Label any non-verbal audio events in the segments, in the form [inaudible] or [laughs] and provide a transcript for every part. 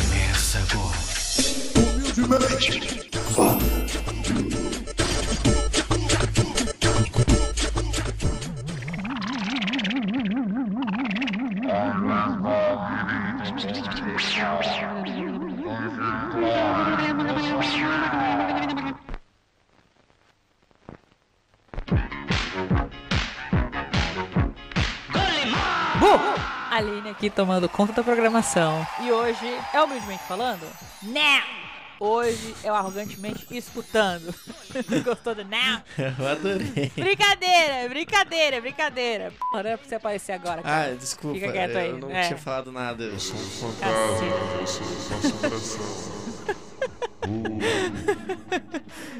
Começa agora. Humildemente. Aline aqui tomando conta da programação. E hoje é humildemente falando? Não! Hoje é o arrogantemente escutando. [laughs] Gostou do não? Eu adorei. Brincadeira, brincadeira, brincadeira. Porra, não era pra você aparecer agora. cara. [laughs] Ah, desculpa. Fica quieto eu aí, não é. tinha falado nada. Eu sou um fantasma. Caceta. Eu sou uma assombração.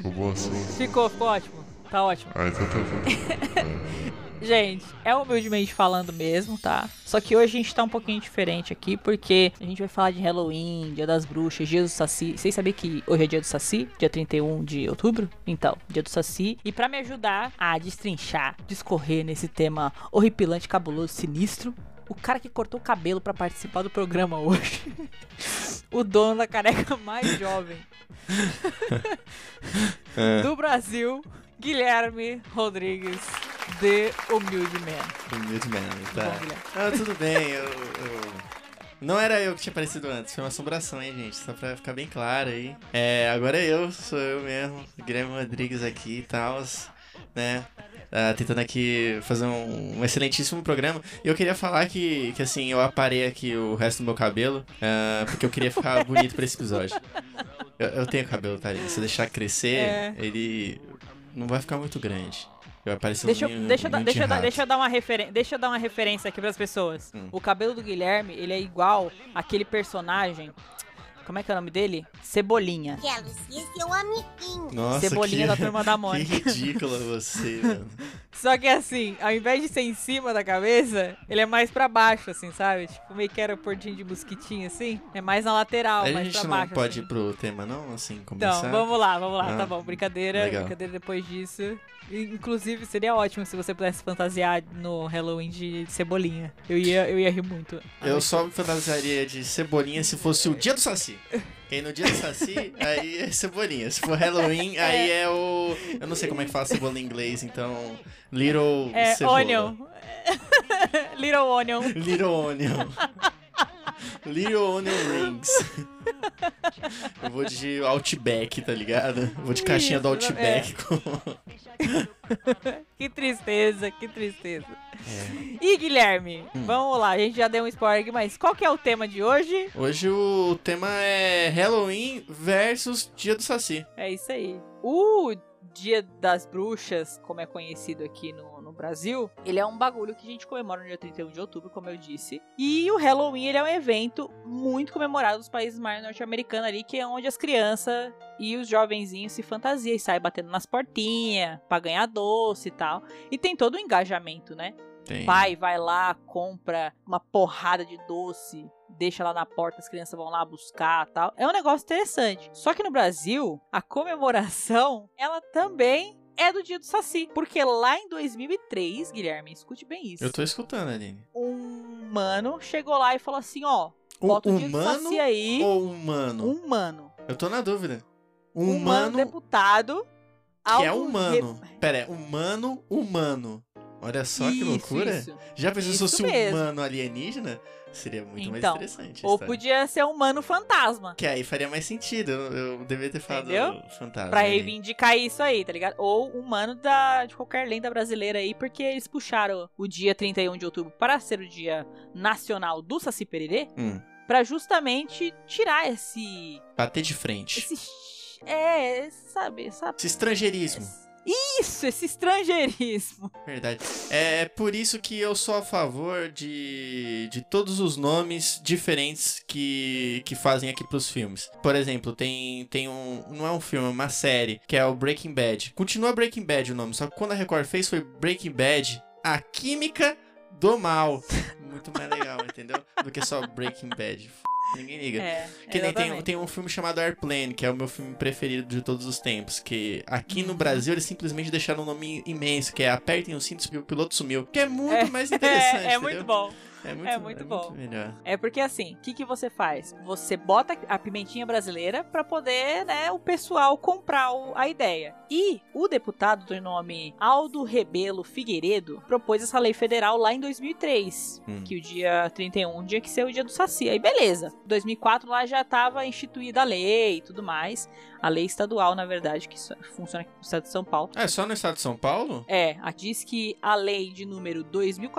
Eu gosto. Ficou, ficou ótimo. Tá ótimo. Ah, então tá bom. Gente, é humildemente falando mesmo, tá? Só que hoje a gente tá um pouquinho diferente aqui, porque a gente vai falar de Halloween, Dia das Bruxas, Dia do Saci. Vocês sabem que hoje é Dia do Saci? Dia 31 de outubro? Então, Dia do Saci. E pra me ajudar a destrinchar, discorrer nesse tema horripilante, cabuloso, sinistro, o cara que cortou o cabelo pra participar do programa hoje. [laughs] o dono da careca mais jovem do Brasil, Guilherme Rodrigues, de Humilde Man. Humilde mesmo, tá? Bom, Guilherme. Ah, tudo bem, eu, eu- Não era eu que tinha aparecido antes, foi uma assombração, hein, gente? Só pra ficar bem claro aí. É, agora eu, sou eu mesmo, Guilherme Rodrigues aqui e tal, né? Ah, tentando aqui fazer um, um excelentíssimo programa. E eu queria falar que, que, assim, eu aparei aqui o resto do meu cabelo, ah, porque eu queria ficar bonito pra esse episódio. Eu, eu tenho cabelo, tá? gente? Se eu deixar crescer, É. ele não vai ficar muito grande. Eu apareci Deixa, um ninho- eu, deixa, eu dar- ninho de deixa, eu dar- rato. deixa eu dar uma referen- deixa eu dar uma referência aqui pras pessoas. Hum. O cabelo do Guilherme, ele é igual aquele personagem. Como é que é o nome dele? Cebolinha. Que a Lucia é seu amiguinho. Nossa, Cebolinha que... da turma da [laughs] Que Mônica. ridícula [laughs] você, mano. Só que assim, ao invés de ser em cima da cabeça, ele é mais pra baixo, assim, sabe? Tipo, meio que aeroportinho de mosquitinho, assim. É mais na lateral, a mais gente pra não baixo. pode assim. ir pro tema, não? Assim, Então, começar? vamos lá, vamos lá, Ah, tá bom. Brincadeira, legal. brincadeira depois disso. E, Inclusive, seria ótimo se você pudesse fantasiar no Halloween de cebolinha. Eu ia, eu ia rir muito. Eu só me fantasiaria de cebolinha se fosse o dia do Saci. Quem no dia [laughs] do Saci, aí é cebolinha. Se for Halloween, aí é o. Eu não sei como é que fala cebola em inglês, então. Little É, cebola. Onion. [laughs] Little Onion. Little [laughs] Onion. Little Onion Rings. Eu vou de Outback, tá ligado? Eu vou de caixinha do Isso, é. Outback com. Que tristeza, que tristeza. E Guilherme, Hum. vamos lá, a gente já deu um spoiler aqui, mas qual que é o tema de hoje? Hoje o tema é Halloween versus Dia do Saci. É isso aí. O Dia das Bruxas, como é conhecido aqui no, no Brasil, ele é um bagulho que a gente comemora no dia 31 de outubro, como eu disse. E o Halloween, ele é um evento muito comemorado nos países mais norte-americanos ali, que é onde as crianças e os jovenzinhos se fantasiam e saem batendo nas portinhas pra ganhar doce e tal. E tem todo o engajamento, né? Tem. pai vai lá, compra uma porrada de doce, deixa lá na porta, as crianças vão lá buscar tal. É um negócio interessante. Só que no Brasil, a comemoração, ela também é do dia do Saci. Porque lá em 2003, Guilherme, escute bem isso. Eu tô escutando, Aline. Um mano chegou lá e falou assim, ó, Um bota o dia do humano Saci aí. ou humano? Um mano. Eu tô na dúvida. Um Um mano humano deputado. que é alto humano. rep- Pera, é humano, humano. Olha só que Isso, loucura. isso. Já pensou se Isso fosse um mesmo. humano alienígena? Seria muito mais Então, interessante. a Ou história. podia ser um mano fantasma. Que aí faria mais sentido. Eu, eu devia ter falado Entendeu? fantasma. Pra né? reivindicar isso aí, tá ligado? Ou um mano da, de qualquer lenda brasileira aí, porque eles puxaram o dia 31 de outubro para ser o dia nacional do Saci Pererê, Hum, pra justamente tirar esse... bater de frente. esse ch- é, sabe, sabe? Esse estrangeirismo. Isso, esse estrangeirismo. Verdade. É por isso que eu sou a favor de, de todos os nomes diferentes que, que fazem aqui pros filmes. Por exemplo, tem, tem um. Não é um filme, é uma série, que é o Breaking Bad. Continua Breaking Bad o nome, só que quando a Record fez foi Breaking Bad A Química do Mal. [laughs] Muito mais legal, entendeu? Do que só Breaking Bad. F- Ninguém liga. É, Que nem tem, exatamente. tem um filme chamado Airplane, que é o meu filme preferido de todos os tempos. Que aqui Uhum. no Brasil eles simplesmente deixaram um nome imenso, que é Apertem os cintos porque o piloto sumiu. Que é muito mais [laughs] interessante. É, é muito entendeu? bom. É muito, É muito bom. melhor. É porque assim, o que, que você faz? Você bota a pimentinha brasileira pra poder, né, o pessoal comprar o- a ideia. E o deputado do nome Aldo Rebelo Figueiredo propôs essa lei federal lá em 2003, Hum. que o dia 31 tinha que ser o dia do Saci. Aí beleza. 2004 lá já estava instituída a lei e tudo mais. A lei estadual, na verdade, que só- funciona aqui no estado de São Paulo. Ah, é só no estado de São Paulo? É, a- diz que a lei de número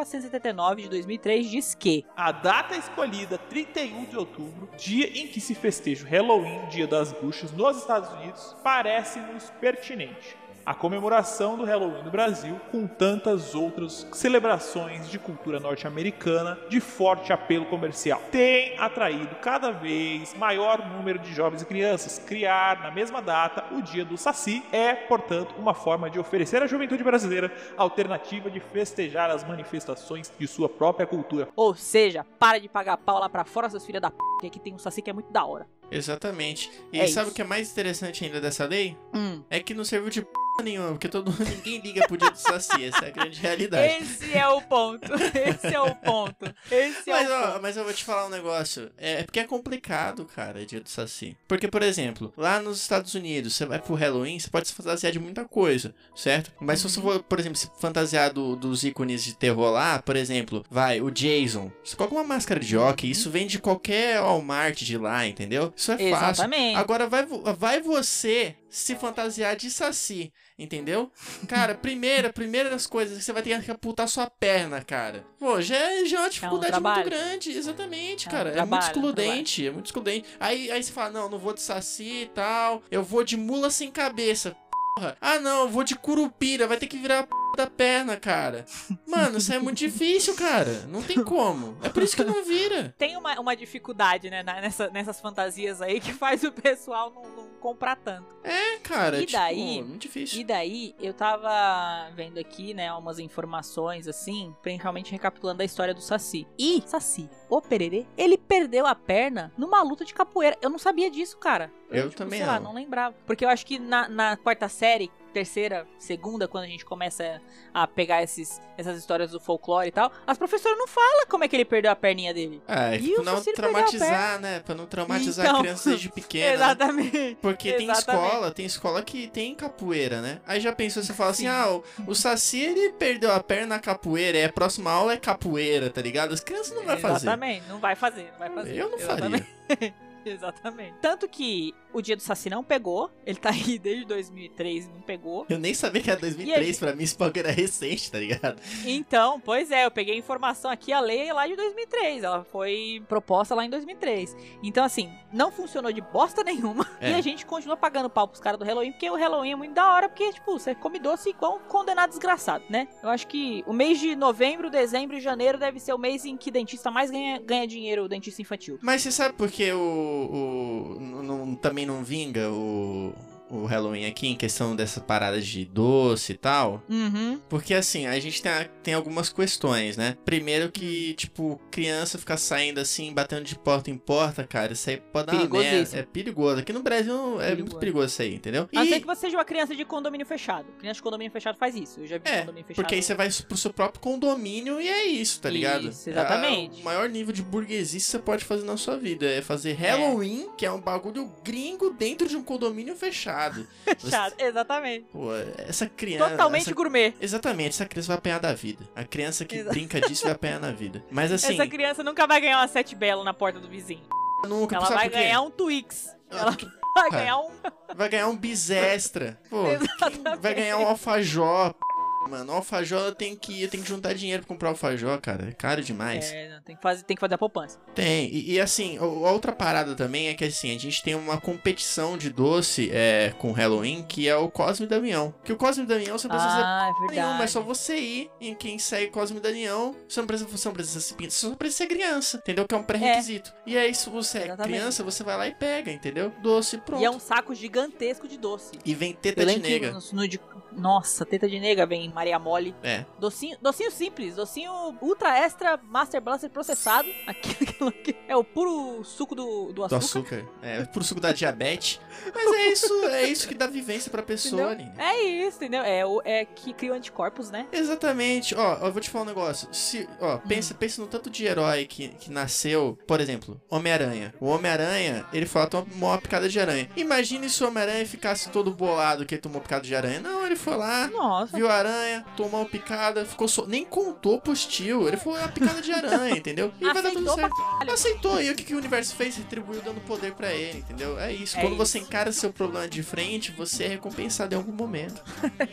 2479 de 2003 diz que A data escolhida, 31 de outubro, dia em que se festeja o Halloween, Dia das Bruxas, nos Estados Unidos, parece-nos pertinente. A comemoração do Halloween no Brasil, com tantas outras celebrações de cultura norte-americana de forte apelo comercial, tem atraído cada vez maior número de jovens e crianças. Criar na mesma data o Dia do Saci é, portanto, uma forma de oferecer à juventude brasileira a alternativa de festejar as manifestações de sua própria cultura. Ou seja, para de pagar pau lá pra fora, seus filhos da p, que aqui tem um saci que é muito da hora. Exatamente. E É sabe isso. o que é mais interessante ainda dessa lei? Hum. É que não serviu de p nenhuma, porque todo [laughs] ninguém liga pro dia do Saci, essa é a grande realidade. Esse é o [laughs] ponto. Esse é o ponto. Esse é Mas, o ó, ponto. mas eu vou te falar um negócio. É, é porque é complicado, cara, dia do Saci. Porque, por exemplo, lá nos Estados Unidos, você vai pro Halloween, você pode se fantasiar de muita coisa, certo? Mas se você for, por exemplo, se fantasiar do- dos ícones de terror lá, por exemplo, vai, o Jason. Você coloca uma máscara de jockey, isso vem de qualquer Walmart de lá, entendeu? Isso é fácil. Exatamente. Agora vai, vo- vai você se fantasiar de saci, entendeu? Cara, primeira, primeira das coisas que você vai ter que amputar sua perna, cara. Pô, já, é- já é uma dificuldade muito um trabalho. grande, exatamente, É um cara. é muito trabalho, excludente, é muito excludente. Aí, aí você fala, não, não vou de saci e tal, eu vou de mula sem cabeça, porra. Ah, não, eu vou de curupira, vai ter que virar a porra da perna, cara. Mano, isso [laughs] é muito difícil, cara. Não tem como. É por isso que não vira. Tem uma, uma dificuldade, né, na- nessa- nessas fantasias aí que faz o pessoal não, não comprar tanto. É, cara, E tipo, daí? muito difícil. E daí, eu tava vendo aqui, né, umas informações assim, principalmente recapitulando a história do Saci. E Saci, o Pererê, ele perdeu a perna numa luta de capoeira. Eu não sabia disso, cara. Eu tipo, também sei lá, não. não lembrava. Porque eu acho que na, na quarta série, terceira, segunda, quando a gente começa a pegar esses, essas histórias do folclore e tal, as professoras não falam como é que ele perdeu a perninha dele. Ah, é E pra o não Saci perdeu a traumatizar, né? Pra não traumatizar Então. a [laughs] criança desde pequena. né? Exatamente. Porque tem Exatamente. escola, tem escola que tem capoeira, né? Aí já pensou, você fala assim, ah, o, o Saci, ele perdeu a perna na capoeira, é a próxima aula é capoeira, tá ligado? As crianças não vão fazer. Exatamente, não vai fazer, não vai fazer. Eu não Exatamente. faria. Exatamente. Tanto que o dia do Saci não pegou, ele tá aí desde 2003 e não pegou. Eu nem sabia que [laughs] era E a 2003, gente- pra mim esse bagulho era recente, tá ligado? Então, pois é, eu peguei a informação aqui, a lei é lá de 2003, ela foi proposta lá em 2003. Então, assim, não funcionou de bosta nenhuma É. e a gente continua pagando pau pros caras do Halloween, porque o Halloween é muito da hora, porque, tipo, você come doce igual um condenado desgraçado, né? Eu acho que o mês de novembro, dezembro e janeiro deve ser o mês em que dentista mais ganha, ganha dinheiro, o dentista infantil. Mas você sabe por que o, o- n- não- também não vinga o, o Halloween aqui, em questão dessa parada de doce e tal? Uhum. Porque assim, a gente tem, tem algumas questões, né? Primeiro que, tipo, criança ficar saindo assim, batendo de porta em porta, cara, isso aí pode dar uma merda. Perigosíssimo. É perigoso. Aqui no Brasil é muito Perigoso. perigoso isso aí, entendeu? A não ser E- que você seja uma criança de condomínio fechado. Criança de condomínio fechado faz isso. Eu já vi É, condomínio fechado. porque aí você vai pro seu próprio condomínio e é isso, tá ligado? Isso, exatamente. É o maior nível de burguesia que você pode fazer na sua vida. É fazer Halloween, que é um bagulho gringo dentro de um condomínio fechado. [laughs] Fechado, [laughs] exatamente. Pô, essa criança. Totalmente é essa gourmet. Exatamente, essa criança vai apanhar da vida. A criança que Exa- brinca disso vai apanhar na vida. Mas assim, Essa criança nunca vai ganhar uma sete belo na porta do vizinho. nunca Ela sabe vai por quê? ganhar um Twix. Ah, Ela tu- vai É. ganhar um. [laughs] Vai ganhar um bisextra. Pô, Exatamente. vai ganhar um alfajó. p***. Mano, alfajó eu tenho que, eu tenho que juntar dinheiro pra comprar alfajó, cara. É caro demais. É, não, tem que fazer, tem que fazer a poupança. Tem. E, e, assim, o- a outra parada também é que assim, a gente tem uma competição de doce é, com Halloween, que é o Cosme e Damião. Que o Cosme e Damião você não precisa Ah, é nenhum, verdade. mas só você ir em quem segue Cosme e Daniel. Você não precisa, você não precisa ser pinto, você só precisa ser criança, entendeu? Que é um pré-requisito. E aí, se você é Exatamente. criança, você vai lá e pega, entendeu? Doce, pronto. E é um saco gigantesco de doce. E vem Eu teta de lembro que nega. no, no de, Nossa, teta de nega vem Maria Mole. É. Docinho, docinho simples, docinho ultra extra master blaster processado. [laughs] Aquilo que é o puro suco do, do Do açúcar. açúcar. É, por suco da diabetes. Mas é isso, é isso que dá vivência pra pessoa, Entendeu? Aline. É isso, entendeu? É, o- é que cria o anticorpos, né? Exatamente. Ó, ó, eu vou te falar um negócio. Se, Hum. ó, pensa, pensa no tanto de herói que, que nasceu, por exemplo, Homem-Aranha. O Homem-Aranha, ele fala, tomou uma picada de aranha. Imagine se o Homem-Aranha ficasse todo bolado que ele tomou picada de aranha. Não, ele foi lá, Nossa. viu a aranha, tomou uma picada, ficou so... nem contou pro tio. Ele foi a picada de aranha, entendeu? E vai dar tudo Aceitou pra certo. Aceitou, e o que, que o universo fez? Retribuiu dando poder pra ele, entendeu? É isso. É Quando você isso. encara seu problema de frente, você é recompensado em algum [laughs] momento.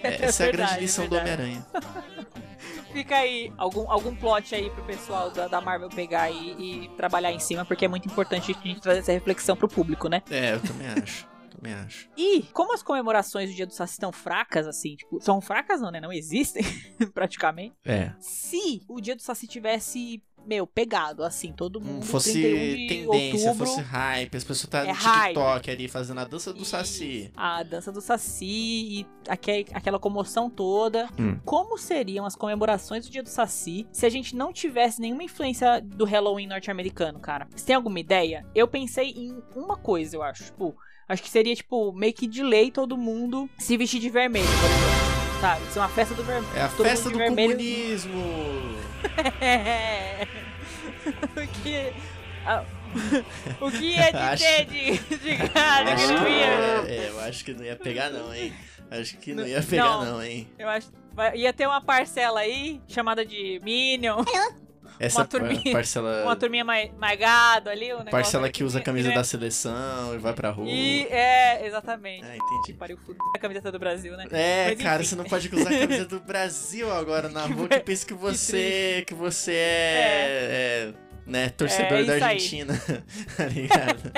É, essa é, a verdade, grande é lição do verdade. Homem-Aranha. Fica aí algum, algum plot aí pro pessoal da, da Marvel pegar e, e trabalhar em cima, porque é muito importante a gente trazer essa reflexão pro público, né? É, eu também acho. Também acho. E como as comemorações do Dia do Saci estão fracas, assim, tipo, são fracas não, né? Não existem, [laughs] praticamente. É. Se o Dia do Saci tivesse, meu, pegado, assim, todo mundo, 31 Hum, Fosse de tendência, outubro, fosse hype, as pessoas tá É no TikTok ali fazendo a dança do Isso. Saci. a dança do Saci e aque- aquela comoção toda. Hum. Como seriam as comemorações do dia do Saci se a gente não tivesse nenhuma influência do Halloween norte-americano, cara? Você tem alguma ideia? Eu pensei em uma coisa, eu acho. Tipo, acho que seria, tipo, meio que de lei todo mundo se vestir de vermelho, por exemplo. Sabe? Isso é uma festa do vermelho. É a Todo festa mundo do de vermelho. comunismo. É. [laughs] o que. a- [laughs] o que é de Acho- ter de, de cara, Acho que- Halloween? é, eu acho que não ia pegar, não, hein? Acho que não ia pegar, Não. não, hein? Eu acho. vai- Ia ter uma parcela aí, chamada de Minion, Essa Uma turminha- par- parcela. uma turminha mais, mais gado ali, um negócio É. Parcela ali, que usa a camisa né? da seleção e vai pra rua. E é, exatamente. Ah, entendi. Pariu fuder a camiseta do Brasil, né? É, Mas, cara, enfim. você não pode usar a [laughs] camisa do Brasil agora na rua que pensa que você, que você é, é, né, torcedor É isso da aí. Argentina. [laughs] tá ligado?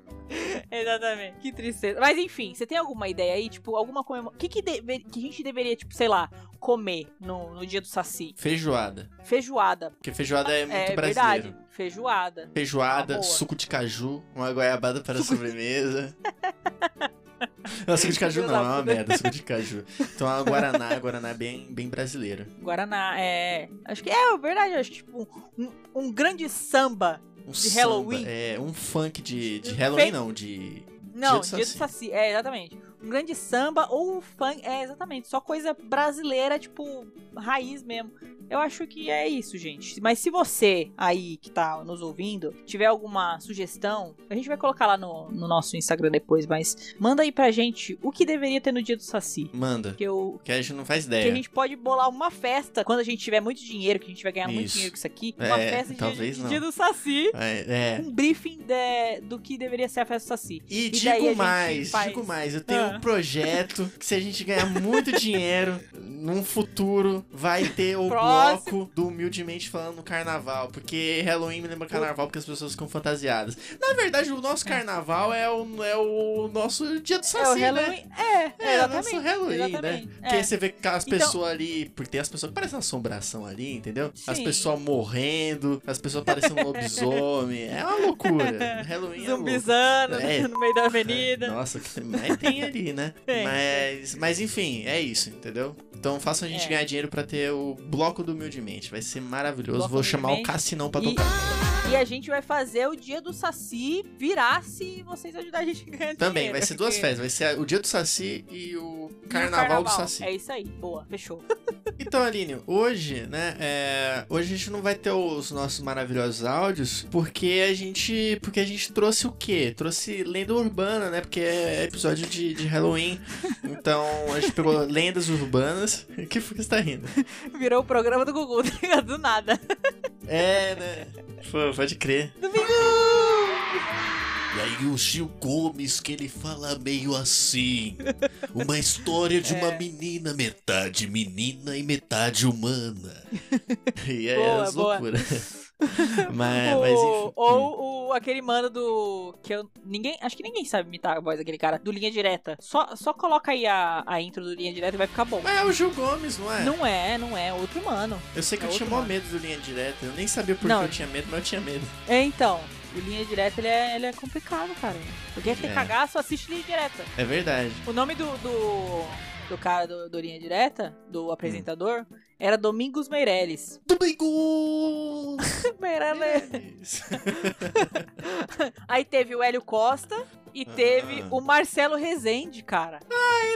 [laughs] Exatamente. Que tristeza. Mas enfim, você tem alguma ideia aí, tipo, alguma comemoração. O que, que, deve- que a gente deveria, tipo, sei lá, comer no, no dia do Saci? Feijoada. Feijoada. Porque feijoada é muito É brasileiro. verdade. Feijoada. Feijoada, Uma boa. suco de caju, uma goiabada [laughs] para sobremesa. Não, suco de caju Filho não, é da uma puta. merda, suco de caju. Então é uma Guaraná, Guaraná é bem, bem brasileiro. Guaraná, é. Acho que é, é verdade. Acho que, tipo, um, um grande samba. Um De samba, Halloween? É, um funk de, de Halloween, Fe- não, de... Não, Dia do dia do Saci. Saci. É, exatamente. Um grande samba ou funk. É, exatamente. Só coisa brasileira, tipo, raiz mesmo. Eu acho que é isso, gente. Mas se você aí que tá nos ouvindo tiver alguma sugestão, a gente vai colocar lá no, no nosso Instagram depois, mas manda aí pra gente o que deveria ter no dia do Saci. Manda, Que eu. que a gente não faz Que a ideia. gente pode bolar uma festa quando a gente tiver muito dinheiro, que a gente vai ganhar muito Isso. dinheiro com isso aqui. Uma É, festa de, talvez de não. dia do Saci. É, é, Um briefing de- do que deveria ser a festa do Saci. E, daí a digo gente mais, faz- digo mais, eu tenho Ah. um projeto que se a gente ganhar [laughs] muito dinheiro, num futuro vai ter o Próximo. bloco do Humildemente falando no carnaval, porque Halloween me lembra carnaval porque as pessoas ficam fantasiadas. Na verdade, o nosso carnaval é o, é o nosso dia do É o saci, né? Halloween. É, É, o exatamente. nosso Halloween, exatamente, né? é. Porque aí você vê aquelas Então- pessoas ali, porque tem as pessoas que parecem uma assombração ali, entendeu? As Sim. pessoas morrendo, as pessoas parecendo um lobisomem. É uma loucura. [laughs] Halloween é louco. Zumbizando né, É. no meio da É, avenida. Nossa, o que mais tem ali, né? [laughs] Tem. Mas, mas enfim, é isso, entendeu? Então façam a gente É. ganhar dinheiro pra ter o bloco do Humildemente. Vai ser maravilhoso. Bloco Vou do chamar o Humildemente. Cassinão pra E, tocar. e a gente vai fazer o dia do Saci virar se vocês ajudarem a gente a ganhar Também, dinheiro, vai ser duas porque- festas. Vai ser o dia do Saci e o E o carnaval, do Saci. É isso aí, boa, fechou. [laughs] Então, Aline, hoje, né? é, Hoje a gente não vai ter os nossos maravilhosos áudios, porque a gente. Porque a gente trouxe o quê? Trouxe lenda urbana, né? Porque é episódio de, de Halloween. Então, a gente pegou lendas urbanas. [laughs] O que foi que você tá rindo? Virou o programa do Gugu, [laughs] tá ligado? do nada. É, né? Pô, pode crer. E aí o Gil Gomes, que ele fala meio assim. Uma história de uma menina, metade menina e metade humana. E é Boa, as boa. loucuras. [laughs] mas, mas O- enfim. Hum. ou o, aquele mano do. que eu. Ninguém. Acho que ninguém sabe imitar a voz daquele cara. Do Linha Direta. Só, só coloca aí a, a intro do Linha Direta e vai ficar bom. Mas é o Gil Gomes, não é? Não é, não é. Outro mano. eu sei que é eu tinha outro mó mano. medo do Linha Direta. Eu nem sabia por Não. que eu tinha medo, mas eu tinha medo. É, então, o linha direta ele é, ele é complicado, cara. Porque quer É. cagaço, assiste linha direta. É verdade. O nome do, do, do cara do, do Linha Direta, Hum. do apresentador, era Domingos [laughs] Meirelles. Domingo! Meirelles. [laughs] Aí teve o Hélio Costa e teve Ah. o Marcelo Rezende, cara.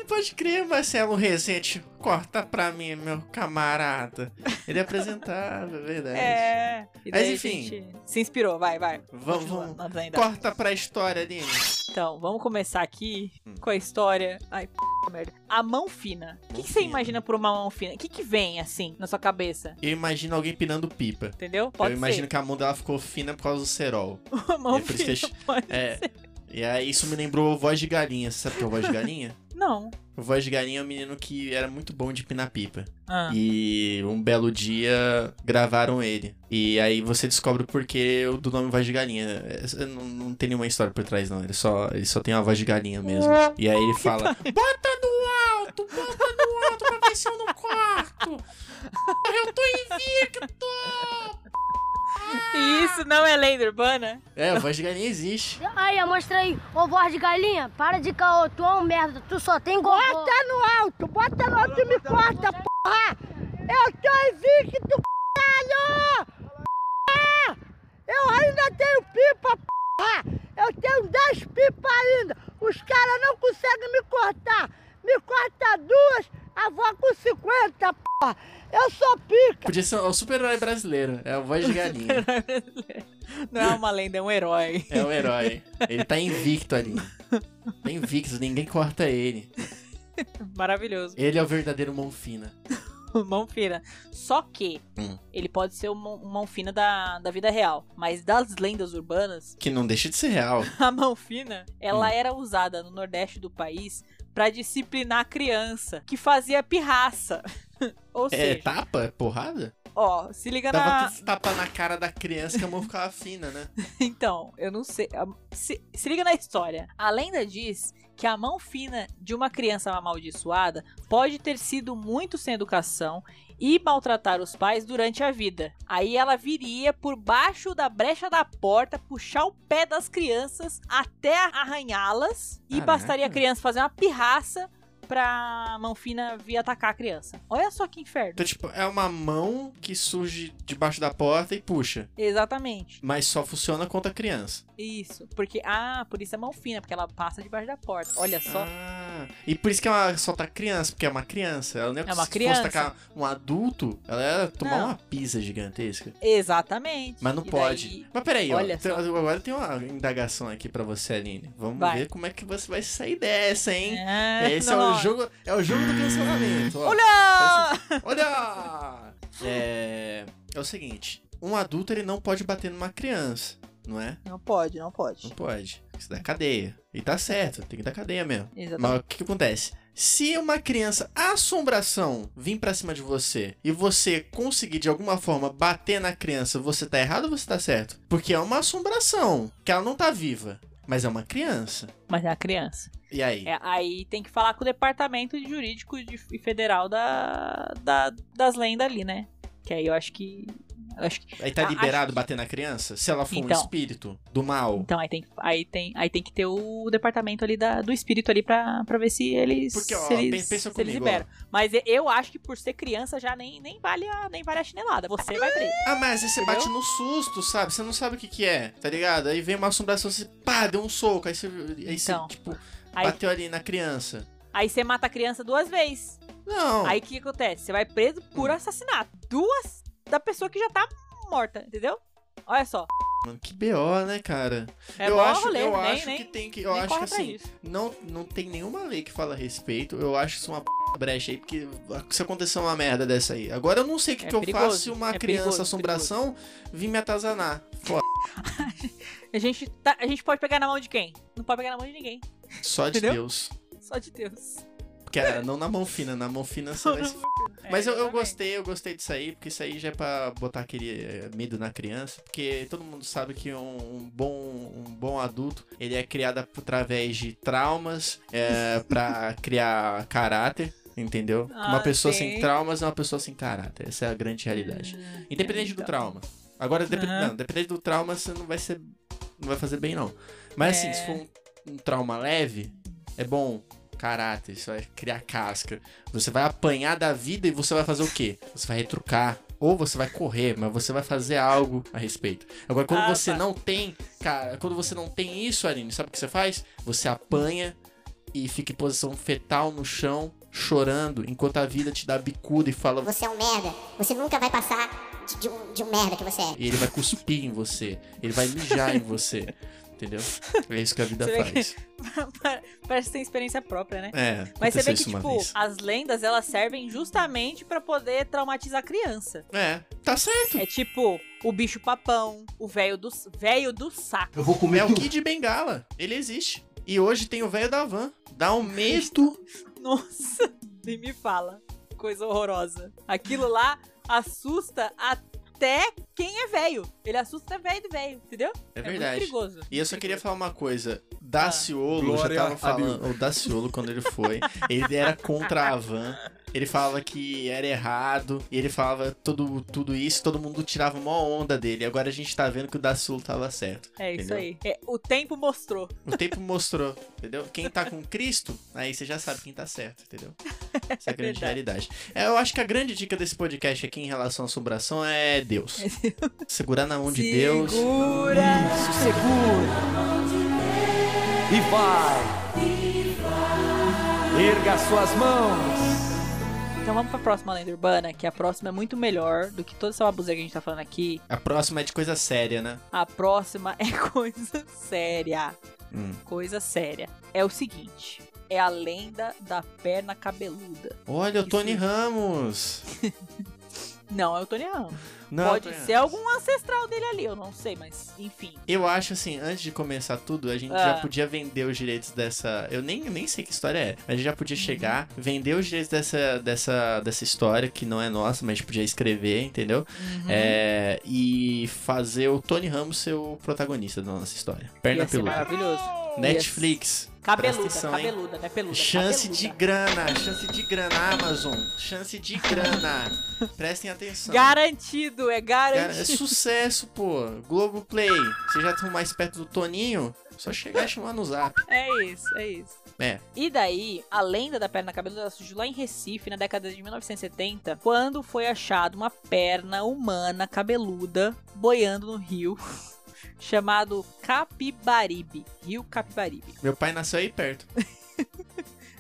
Pode crer, Marcelo Rezende. Corta pra mim, meu camarada. Ele apresentava, é verdade. É. E Mas daí a enfim. gente Se inspirou, vai, vai. Vamos, Continua, vamos. nós ainda. Corta pra história, Aline. Então, vamos começar aqui Hum. com a história. Ai, p... merda. A mão fina. O que, Mão que você fina. imagina por uma mão fina? O que, que vem assim na sua cabeça? Eu imagino alguém pinando pipa. Entendeu? Pode Eu ser. imagino que a mão dela ficou fina por causa do cerol. [laughs] uma mão é por isso que fina. a [laughs] gente- pode- É. E aí isso me lembrou voz de galinha. Você sabe o que é voz de galinha? Não. O voz de galinha é um menino que era muito bom de pinar pipa. Ah. E um belo dia gravaram ele. E aí você descobre o porquê do nome Voz de Galinha. É, Não, não tem nenhuma história por trás, não. Ele só, ele só tem uma voz de galinha mesmo. E aí ele fala: Bota no alto, bota no alto pra ver se eu não corto. Eu tô invicto. E Isso não é lenda urbana? É, a voz de galinha existe. Aí, mostra aí. Ô, voz de galinha, para de caô. Tu é um merda, tu só tem gogó. Bota no alto, bota no alto e me corta, porra! Eu tô invicto, caralho! Eu ainda tenho pipa, porra! Eu tenho 10 pipas ainda. Os caras não conseguem me cortar. Me corta duas, a vó com 50, porra! Eu sou pica! Podia ser o super-herói brasileiro. É a voz de galinha. Não é uma lenda, é um herói. É o herói. Ele tá invicto ali. Tá invicto, ninguém corta ele. [laughs] Maravilhoso. [laughs] Ele é o verdadeiro mão fina. Mão fina. Só que Hum. ele pode ser o mão, mão fina da, da vida real. Mas das lendas urbanas, Que não deixa de ser real. [laughs] a mão fina, Hum. ela era usada no nordeste do país pra disciplinar a criança que fazia pirraça. [laughs] Ou É seja, tapa? É porrada? ó, se liga Dava na. tudo tapa na cara da criança que a mão ficava fina, né? Então, eu não sei. a- Se, se liga na história. A lenda diz que a mão fina de uma criança amaldiçoada pode ter sido muito sem educação e maltratar os pais durante a vida. Aí ela viria por baixo da brecha da porta, puxar o pé das crianças até arranhá-las e Caraca. bastaria a criança fazer uma pirraça pra mão fina vir atacar a criança. Olha só que inferno. Então, tipo, é uma mão que surge debaixo da porta e puxa. Exatamente. Mas só funciona contra a criança. Isso. Porque, ah, por isso é mão fina, porque ela passa debaixo da porta. Olha só. Ah, e por isso que ela solta a criança, porque é uma criança. Ela não é, como uma se criança. fosse tacar um adulto, ela ia tomar Não. uma pizza gigantesca. Exatamente. Mas não E pode. daí- Mas peraí, Olha ó, tem- agora tem uma indagação aqui pra você, Aline. Vamos Vai. ver como é que você vai sair dessa, hein? É, Esse é o não. jogo, é o jogo do cancelamento. ó. Olha! Olha! É, é o seguinte, um adulto ele não pode bater numa criança, não é? Não pode, não Não pode. pode. Isso dá cadeia. E tá certo, tem que dar cadeia mesmo. Exatamente. Mas o que, que acontece? Se uma criança assombração vir pra cima de você e você conseguir de alguma forma bater na criança, você tá errado ou você tá certo? Porque é uma assombração, que ela não tá viva, mas é uma criança. Mas é a criança. E aí? É, aí tem que falar com o departamento jurídico de- e federal da, da- das lendas ali, né? Que aí eu acho que. eu acho que- Aí tá Ah, liberado acho que- bater na criança? Se ela for Então. um espírito do mal. Então aí tem, aí, tem, aí tem que ter o departamento ali da- do espírito ali pra, pra ver se eles. Porque, ó, se eles, pe- pensa se eles comigo, liberam. Mas e- eu acho que por ser criança já nem, nem, vale, a, nem vale a chinelada. Você vai preso. Ah, mas aí você bate Entendeu? no susto, sabe? Você não sabe o que que é, tá ligado? Aí vem uma assombração, você pá, deu um soco. Aí você, aí Então. você tipo, Aí- bateu ali na criança. Aí você mata a criança duas vezes. Não. Hum. Aí o que acontece? Você vai preso por assassinato. Duas da pessoa que já tá morta, entendeu? Olha só. Mano, que BO, né, cara? É eu mó acho, rolê, eu nem, acho nem, que tem que. Eu nem acho que corre pra assim, isso. não, não tem nenhuma lei que fala a respeito. Eu acho isso uma p... brecha aí, porque se acontecer uma merda dessa aí. Agora eu não sei o que, É que eu perigoso, faço se uma é criança perigoso, assombração vir me atazanar. Foda. A gente, tá- a gente pode pegar na mão de quem? Não pode pegar na mão de ninguém. Só de Entendeu? Deus. Só de Deus. Cara, não na mão fina, na mão fina [laughs] você vai se [laughs] Mas É, eu, eu exatamente. gostei, eu gostei disso aí, porque isso aí já é pra botar aquele eh, medo na criança, porque todo mundo sabe que um, um bom, um bom adulto, ele é criado por- através de traumas, [laughs] é, pra criar caráter, entendeu? Ah, uma pessoa sim. Hum, sem traumas é uma pessoa sem caráter, essa é a grande realidade. Independente do trauma. Agora, depe- então. Aham. não, dependente do trauma, você não vai ser, não vai fazer bem não. Mas assim, É. se for um, um trauma leve, é bom caráter, isso vai criar casca. Você vai apanhar da vida e você vai fazer o quê? Você vai retrucar. Ou você vai correr, mas você vai fazer algo a respeito. Agora, quando Ah, você tá. não tem, cara, quando você não tem isso, Aline, sabe o que você faz? Você apanha e fica em posição fetal no chão, chorando, enquanto a vida te dá bicuda e fala, Você é um merda. Você nunca vai passar de, de um, de um merda que você é. E ele vai cuspir em você. Ele vai mijar em você. Entendeu? É isso que a vida Você vê que- faz. [laughs] Parece que tem experiência própria, né? É, Mas você aconteceu vê que, isso uma tipo, vez. as lendas, elas servem justamente pra poder traumatizar a criança. É, tá certo. É tipo o bicho papão, o velho do, velho do saco. É o Kid Bengala. Ele existe. E hoje tem o velho da van. Dá É um medo. Nossa, [laughs] nem me fala. Coisa horrorosa. Aquilo lá assusta até quem é velho. Ele assusta até velho do velho, entendeu? É muito verdade. perigoso. E eu só queria falar uma coisa. Daciolo, eu já Glória tava a falando. O Daciolo, quando ele foi, ele era contra a van. Ele falava que era errado. E ele falava tudo, tudo isso. Todo mundo tirava uma onda dele. Agora a gente tá vendo que o Daciolo tava certo. É isso Entendeu? aí. É, o tempo mostrou. O tempo mostrou, entendeu? Quem tá com Cristo, aí você já sabe quem tá certo, entendeu? Essa é a grande verdade. realidade. É, eu acho que a grande dica desse podcast aqui em relação à assombração é Deus. Segurar na mão de Deus. Segura. Segura. E vai. Erga suas mãos. Então vamos pra próxima lenda urbana, que a próxima é muito melhor do que toda essa baboseira que a gente tá falando aqui. A próxima é de coisa séria, né? A próxima [laughs] é coisa séria. Hum. Coisa séria. É o seguinte. É a lenda da perna cabeluda. Olha, o Isso. Tony Ramos. Não, é o Tony Ramos. Não, Pode Tony ser Ramos. algum ancestral dele ali, eu não sei, mas enfim. Eu acho assim, antes de começar tudo, a gente Ah. já podia vender os direitos dessa. Eu nem, nem sei que história é. A gente já Uhum. podia chegar, vender os direitos dessa, dessa, dessa história, que não é nossa, mas a gente podia escrever, entendeu? Uhum. É, e fazer o Tony Ramos ser o protagonista da nossa história. Perna Ia ser peluda. maravilhoso. Netflix. Cabeluda, Presta atenção, hein? cabeluda, né? Peluda. Chance de cabeluda. grana, chance de grana, Amazon. Chance de [laughs] grana. Prestem atenção. Garantido, é Cara, é garantido. sucesso, pô. Globoplay. Vocês já estão mais perto do Toninho? Só chegar e chamar no zap. É isso, é isso. É. E daí, a lenda da perna cabeluda surgiu lá em Recife, na década de 1970, quando foi achada uma perna humana cabeluda boiando no rio, [laughs] chamado Capibaribe. Rio Capibaribe. Meu pai nasceu aí perto.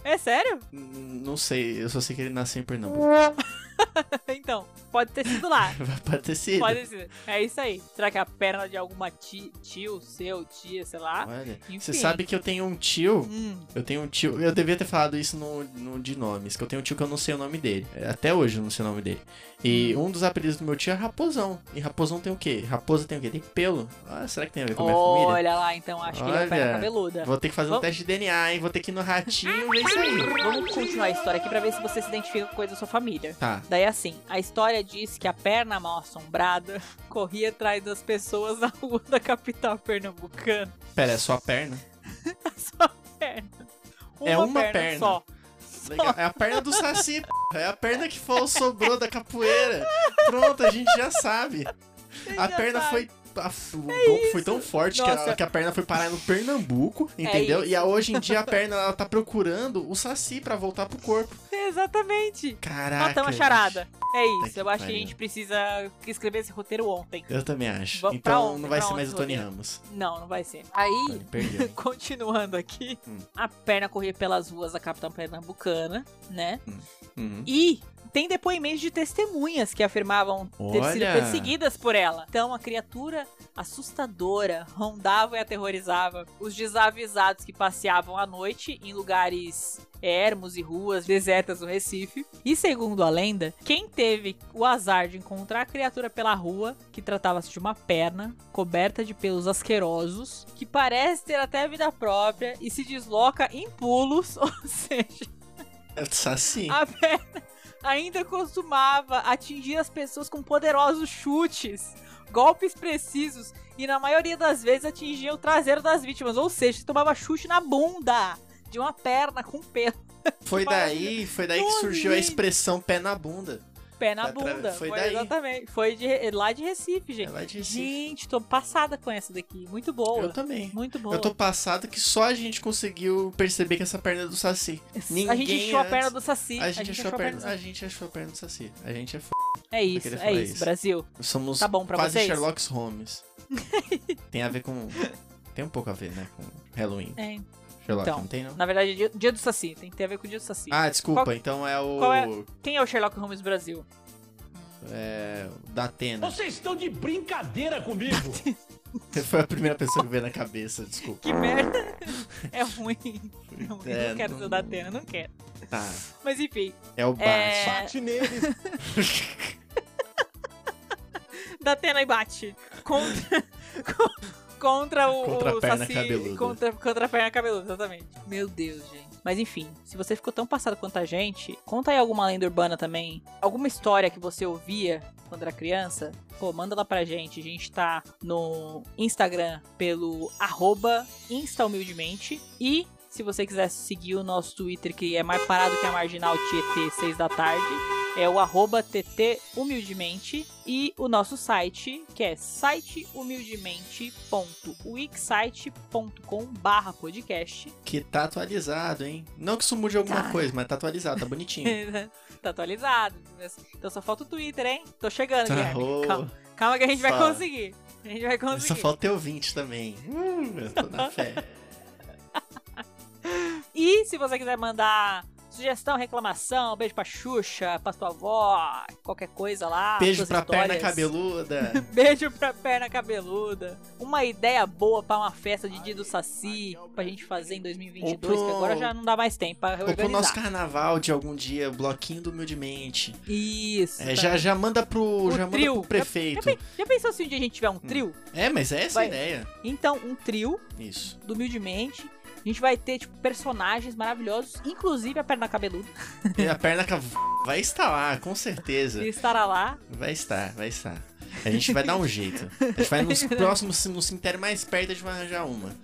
É sério? [laughs] N- Não sei, eu só sei que ele nasceu em Pernambuco. Então, pode ter sido lá. Vai parecer. sido. Pode ser. É isso aí. Será que é a perna de alguma ti- tio, seu, tia, sei lá? Olha, Enfim. você sabe que eu tenho um tio. Hum, Eu tenho um tio. Eu devia ter falado isso no, no de nomes, que eu tenho um tio que eu não sei o nome dele. É, Até hoje eu não sei o nome dele. E Hum. um dos apelidos do meu tio é Raposão. E Raposão tem o quê? Raposa tem o quê? Tem pelo. Ah, será que tem a ver com a minha família? olha lá, então acho que ele é a perna Olha. cabeluda. Vou ter que fazer um Vamos- teste de DNA, hein? Vou ter que ir no ratinho ver isso aí. Vamos continuar a história aqui pra ver se você se identifica com coisa da sua família. Tá. Daí assim, a história diz que a perna mal assombrada [laughs] corria atrás das pessoas na rua da capital pernambucana. [laughs] Pera, é só a perna? A sua perna. É uma perna. só. Legal. É a perna do Saci, [laughs] p***. é a perna que foi, sobrou da capoeira. Pronto, a gente já sabe. A já perna sabe. É foi. a- o golpe foi tão forte que a, Nossa. É que a perna foi parar no Pernambuco, entendeu? e a- hoje em [laughs] dia a perna ela tá procurando o Saci pra voltar pro corpo. [laughs] Exatamente. Caraca. Matamos a gente. charada. É Puta isso. que Eu acho que a pariu. gente precisa escrever esse roteiro ontem. Eu também acho. Vamos pra então ontem, não vai pra ser mais o ontem, Tony Rodrigo. Ramos. Não, não vai ser. Aí, Ele [laughs] perdeu. hein? continuando aqui, Hum. a perna corria pelas ruas da capital pernambucana, né? Uhum. E tem depoimentos de testemunhas que afirmavam ter sido Olha! perseguidas por ela. Então, a criatura assustadora rondava e aterrorizava os desavisados que passeavam à noite em lugares ermos e ruas desertas do Recife. E segundo a lenda, quem teve o azar de encontrar a criatura pela rua, que tratava-se de uma perna coberta de pelos asquerosos, que parece ter até vida própria e se desloca em pulos, [laughs] ou seja, É do Saci. [laughs] a perna ainda costumava atingir as pessoas com poderosos chutes, golpes precisos e na maioria das vezes atingia o traseiro das vítimas, ou seja, tomava chute na bunda de uma perna com pelo. Foi daí, foi daí que surgiu a Tony. expressão pé na bunda. Pé na Tá tra- bunda. foi daí? Exatamente. Foi de, lá de Recife, gente. É lá de Recife. Gente, tô passada com essa daqui. Muito boa. Eu também. Muito boa. Eu tô passado que só a gente conseguiu perceber que essa perna é do Saci. Ninguém a gente achou a antes- perna do Saci. A gente, achou a perna, do a gente achou a perna do Saci. A gente é f... Saci. É isso, queria é falar isso, isso. Brasil. Somos Tá bom pra quase vocês? Sherlock [laughs] Holmes. tem a ver com... Tem um pouco a ver, né? Com Halloween. É. Sherlock, Então, não tem, não? Na verdade, é dia, dia do Saci. Tem que ter a ver com o dia do Saci. Ah, desculpa. Qual- Então é o... qual é? Quem é o Sherlock Holmes Brasil? é, o da Atena. Vocês estão de brincadeira comigo! [laughs] Foi a primeira pessoa que veio na cabeça, desculpa. Que merda. [laughs] é ruim. É ruim. É, não quero não- ser da Atena, não quero. Tá. Mas enfim, É o É. Batman. Bate neles. da Atena e bate. Contra. [laughs] con- Contra o, Contra a o perna Saci, cabeluda. Contra, contra a perna cabeluda, exatamente. Meu Deus, gente. Mas enfim, se você ficou tão passado quanto a gente, conta aí alguma lenda urbana também. Alguma história que você ouvia quando era criança. Pô, manda lá pra gente. A gente tá no Instagram pelo arroba instahumildemente. E se você quiser seguir o nosso Twitter, que é mais parado que a Marginal Tietê, 6 da tarde, é o arroba TT Humildemente e o nosso site, que é sitehumildemente.wixsite.com barra podcast. Que tá atualizado, hein? Não que isso mude alguma Tá. coisa, mas tá atualizado, [laughs] tá bonitinho. tá atualizado. Então só falta o Twitter, hein? Tô chegando, Tá, Guilherme. ô. Calma, calma que a gente vai Fala. conseguir. A gente vai Só conseguir. falta ter ouvinte também. Hum, eu tô [laughs] na fé. E se você quiser mandar sugestão, reclamação, beijo pra Xuxa, pra sua avó, qualquer coisa lá. Beijo suas pra perna Ah, histórias. [laughs] cabeluda. Beijo pra perna cabeluda. Uma ideia boa pra uma festa de dia do Saci, pra gente fazer em 2022, Ou pro- que agora já não dá mais tempo pra Ou pro nosso reorganizar. carnaval de algum dia, bloquinho do humildemente. Isso. tá É, já, é já manda pro, O já manda trio. pro Já, prefeito. pe- já pensou se um dia a gente tiver um trio? É, mas é essa Vai. a ideia. Então, um trio [laughs] Isso. do Humildemente. A gente vai ter, tipo, personagens maravilhosos, inclusive a perna cabeluda, E a perna ca- vai estar lá, com certeza. que estará lá. Vai estar, vai estar. A gente vai dar um jeito. A gente [laughs] vai nos próximos, no cemitério mais perto, a gente vai arranjar uma.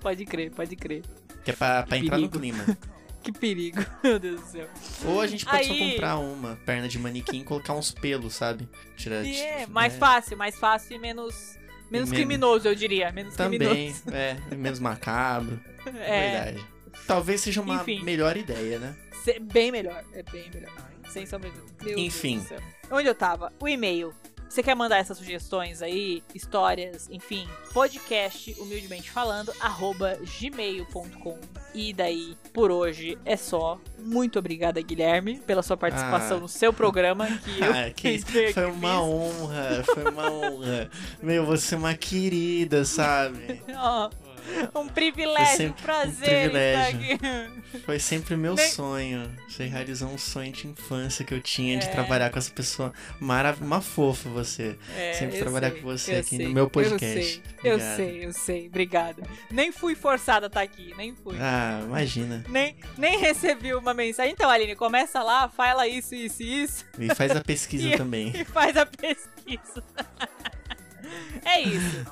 Pode crer, pode crer. Que é pra, pra entrar no Perigo. clima. Que perigo, [laughs] meu Deus do céu. Ou a gente pode só Aí. comprar uma perna de manequim e colocar uns pelos, sabe? Tirar, E ti- é, mais né? fácil, mais fácil e menos, menos menos- criminoso, eu diria. Menos Também, criminoso. é. Menos [laughs] macabro. É. Verdade. Talvez seja uma Enfim. melhor ideia, né? Se- bem melhor, é bem melhor. Sem sombra de dúvida. Meu Deus Enfim. do céu. Onde eu tava? O e-mail. Você quer mandar essas sugestões aí, histórias, enfim, podcast, humildemente falando, arroba gmail.com. E daí, por hoje, é só. Muito obrigada, Guilherme, pela sua participação Ah. no seu programa, [laughs] que eu Ah, que isso. entrei Foi aqui, uma honra, foi uma honra. Meu, você é uma querida, sabe? fiz. [laughs] Ó, um privilégio, Foi um sempre um prazer privilégio. estar aqui. Foi sempre meu Nem- sonho. Você realizou um sonho de infância que eu tinha de É. trabalhar com essa pessoa. Marav uma fofa você. É, Sempre eu trabalhar sei, com você eu aqui sei, no meu podcast. Eu sei, eu Obrigado. sei, eu sei. Obrigada. Nem fui forçada a estar aqui, nem fui. Ah, imagina. Nem, nem recebi uma mensagem. Então, Aline, começa lá, fala isso, isso e isso [laughs] E faz a pesquisa também. e faz a pesquisa. é isso.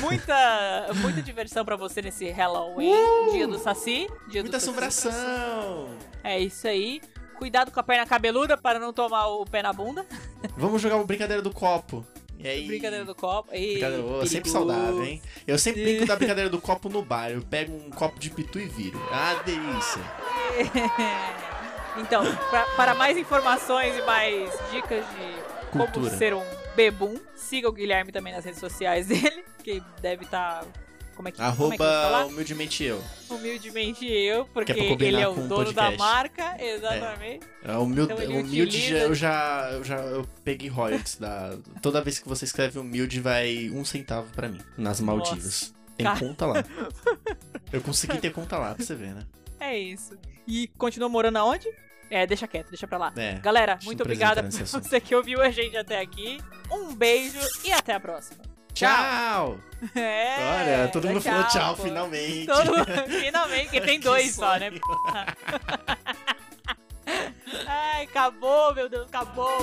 Muita, muita diversão pra você nesse Halloween, dia do Saci. Dia Uh! Muita do Saci. assombração! É isso aí. Cuidado com a perna cabeluda para não tomar o pé na bunda. Vamos jogar o brincadeira do copo. E aí... Brincadeira do copo. Ih, Brincadeira- oh, perigoso. sempre saudável, hein? Eu sempre Sim. [laughs] brinco da brincadeira do copo no bar. Eu pego um copo de pitu e viro. Ah, delícia. é Então, pra- para mais informações e mais dicas de Cultura. como ser um bebum, siga o Guilherme também nas redes sociais dele, que deve estar. Como é que como é que eu vou Arroba falar? humildemente eu. Humildemente eu, porque pra ele combinar é com o o dono da podcast. marca, exatamente. É, humilde, Então ele humilde utiliza- já- eu já, eu já eu peguei royalties da. Toda vez que você escreve humilde, vai um centavo pra mim. Nas Maldivas. Tem Cara. [laughs] conta lá. Eu consegui ter conta lá, pra você ver, né? É isso. E continua morando aonde? É, deixa quieto, deixa pra lá. É. Galera, Deixa eu muito não obrigada por apresentar nesse assunto. você que ouviu a gente até aqui. Um beijo e até a próxima. Tchau! [laughs] É, Olha, todo mundo falou tchau, pô. finalmente. Todo mundo- finalmente, [laughs] porque tem Que dois só, né? [laughs] sonho. Ai, acabou, meu Deus, acabou.